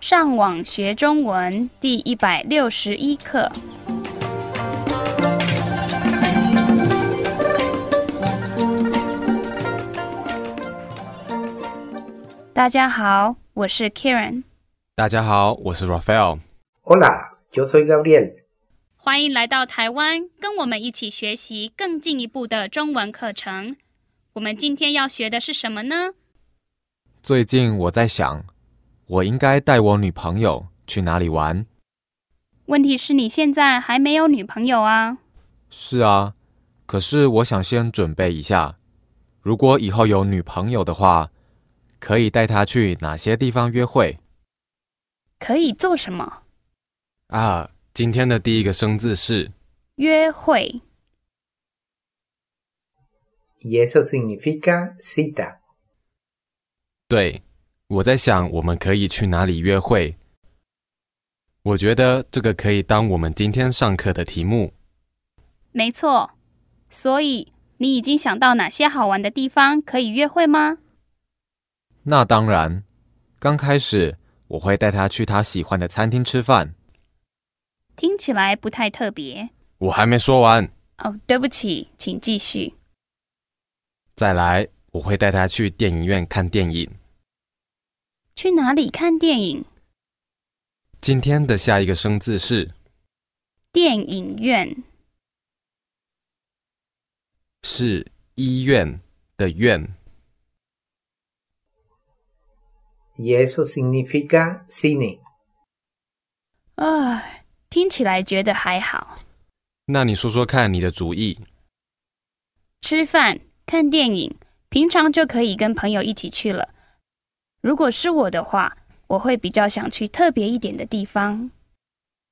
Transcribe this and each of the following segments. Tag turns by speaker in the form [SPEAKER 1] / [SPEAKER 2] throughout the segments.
[SPEAKER 1] 上网学中文第一百六十一课。大家好，我是 Karen，
[SPEAKER 2] 大家好，我是 Raphael。
[SPEAKER 3] Hola, yo soy Gabriel.
[SPEAKER 1] 欢迎来到台湾，跟我们一起学习更进一步的中文课程。我们今天要学的是什么呢？
[SPEAKER 2] 最近我在想，我应该带我女朋友去哪里玩？
[SPEAKER 1] 问题是你现在还没有女朋友啊。
[SPEAKER 2] 是啊，可是我想先准备一下，如果以后有女朋友的话，可以带她去哪些地方约会
[SPEAKER 1] 可以做什么？
[SPEAKER 2] 啊？今天的第一个生字是
[SPEAKER 1] 约会。
[SPEAKER 3] Y eso significa cita.
[SPEAKER 2] 对，我在想我们可以去哪里约会。我觉得这个可以当我们今天上课的题目。
[SPEAKER 1] 没错。所以你已经想到哪些好玩的地方可以约会吗？
[SPEAKER 2] 那当然，刚开始我会带她去她喜欢的餐厅吃饭。
[SPEAKER 1] 听起来不太特别。
[SPEAKER 2] 我还没说完，
[SPEAKER 1] 哦，对不起，请继续。
[SPEAKER 2] 再来，我会带她去电影院看电影。
[SPEAKER 1] 去哪里看电影？
[SPEAKER 2] 今天的下一个生字是
[SPEAKER 1] 电影院。
[SPEAKER 2] 是医院的院，
[SPEAKER 3] Y eso significa cine.
[SPEAKER 1] 唉，听起来觉得还好。
[SPEAKER 2] 那你说说看你的主意。
[SPEAKER 1] 吃饭、看电影，平常就可以跟朋友一起去了。如果是我的话，我会比较想去特别一点的地方。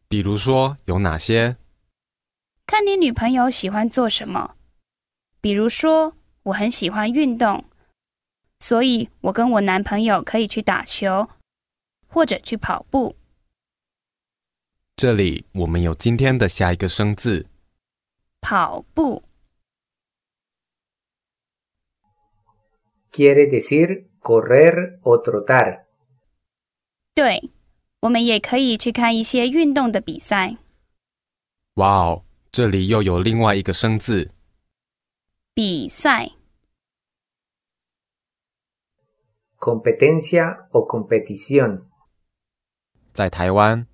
[SPEAKER 2] 比如说有哪些？
[SPEAKER 1] 看你女朋友喜欢做什么。比如说，我很喜欢运动，所以我跟我男朋友可以去打球，或者去跑步。
[SPEAKER 2] 这里我们有今天的下一个生字，
[SPEAKER 1] 跑步
[SPEAKER 3] Quiere decir correr o trotar.
[SPEAKER 1] 对，我们也可以去看一些运动的比赛，
[SPEAKER 2] 哇哦！这里又有另外一个生字，
[SPEAKER 1] 比赛
[SPEAKER 3] Competencia o competición.
[SPEAKER 2] 在台湾，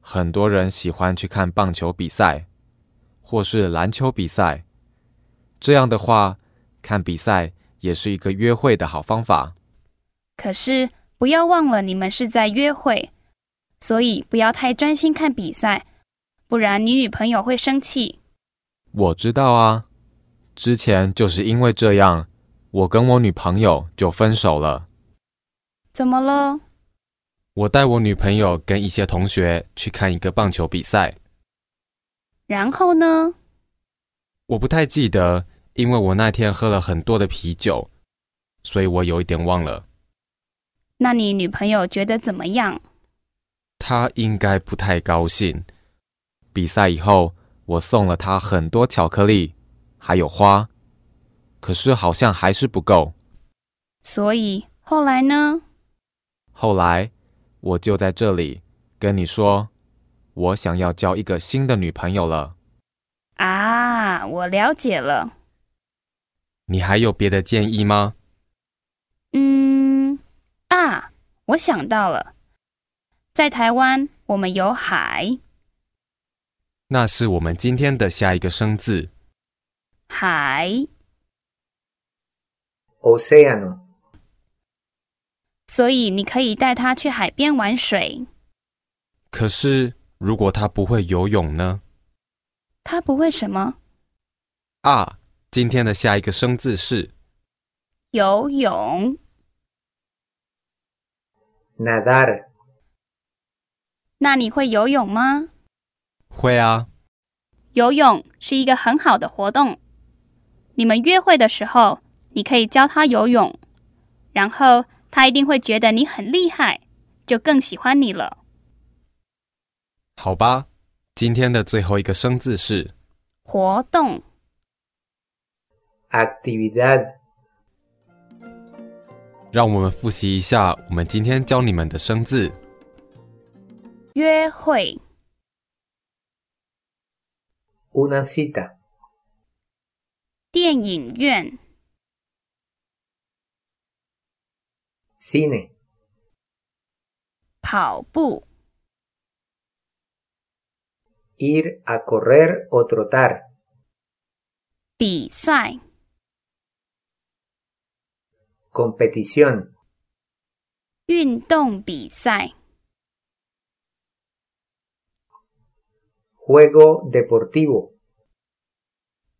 [SPEAKER 2] 很多人喜欢去看棒球比赛，或是篮球比赛。这样的话，看比赛也是一个约会的好方法。
[SPEAKER 1] 可是不要忘了，你们是在约会，所以不要太专心看比赛，不然你女朋友会生气。
[SPEAKER 2] 我知道啊，之前就是因为这样，我跟我女朋友就分手了。
[SPEAKER 1] 怎么了？
[SPEAKER 2] 我带我女朋友跟一些同学去看一个棒球比赛，
[SPEAKER 1] 然后呢？
[SPEAKER 2] 我不太记得，因为我那天喝了很多的啤酒，所以我有一点忘了。
[SPEAKER 1] 那你女朋友觉得怎么样？
[SPEAKER 2] 她应该不太高兴。比赛以后，我送了她很多巧克力，还有花，可是好像还是不够。
[SPEAKER 1] 所以后来呢？
[SPEAKER 2] 后来，我就在这里跟你说，我想要交一个新的女朋友了。
[SPEAKER 1] 啊，我了解了。
[SPEAKER 2] 你还有别的建议吗？
[SPEAKER 1] 嗯，啊，我想到了，在台湾我们有海，
[SPEAKER 2] 那是我们今天的下一个生字，
[SPEAKER 1] 海，
[SPEAKER 3] Océano.
[SPEAKER 1] 所以你可以带她去海边玩水。
[SPEAKER 2] 可是如果她不会游泳呢？
[SPEAKER 1] 她不会什么
[SPEAKER 2] 啊，今天的下一个生字是
[SPEAKER 1] 游泳。
[SPEAKER 3] Nadar.
[SPEAKER 1] 那你会游泳吗？
[SPEAKER 2] 会啊。
[SPEAKER 1] 游泳是一个很好的活动。你们约会的时候，你可以教他游泳，然后他一定会觉得你很厉害，就更喜欢你了。
[SPEAKER 2] 好吧，今天的最后一个生字是
[SPEAKER 1] 活动
[SPEAKER 3] Actividad.
[SPEAKER 2] 让我们复习一下我们今天教你们的生字。
[SPEAKER 1] 约会、
[SPEAKER 3] una cita,
[SPEAKER 1] 电影院、
[SPEAKER 3] cine,
[SPEAKER 1] 跑步、
[SPEAKER 3] ir a correr o trotar,
[SPEAKER 1] 比赛、
[SPEAKER 3] competición,
[SPEAKER 1] 运动比赛、
[SPEAKER 3] juego deportivo,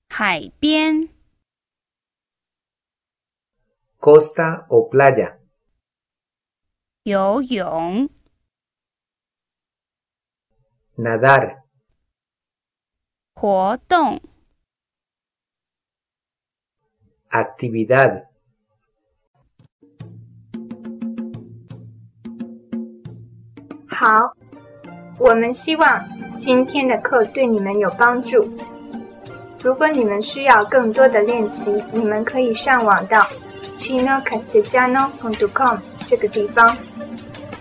[SPEAKER 1] 海边、
[SPEAKER 3] costa o playa,
[SPEAKER 1] 游泳、
[SPEAKER 3] nadar,
[SPEAKER 1] 活动、
[SPEAKER 3] actividad.
[SPEAKER 4] 好，我们希望今天的课对你们有帮助。如果你们需要更多的练习，你们可以上网到 chinocastellano.com 这个地方。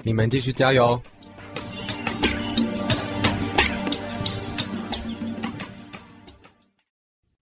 [SPEAKER 5] 你们继续加油！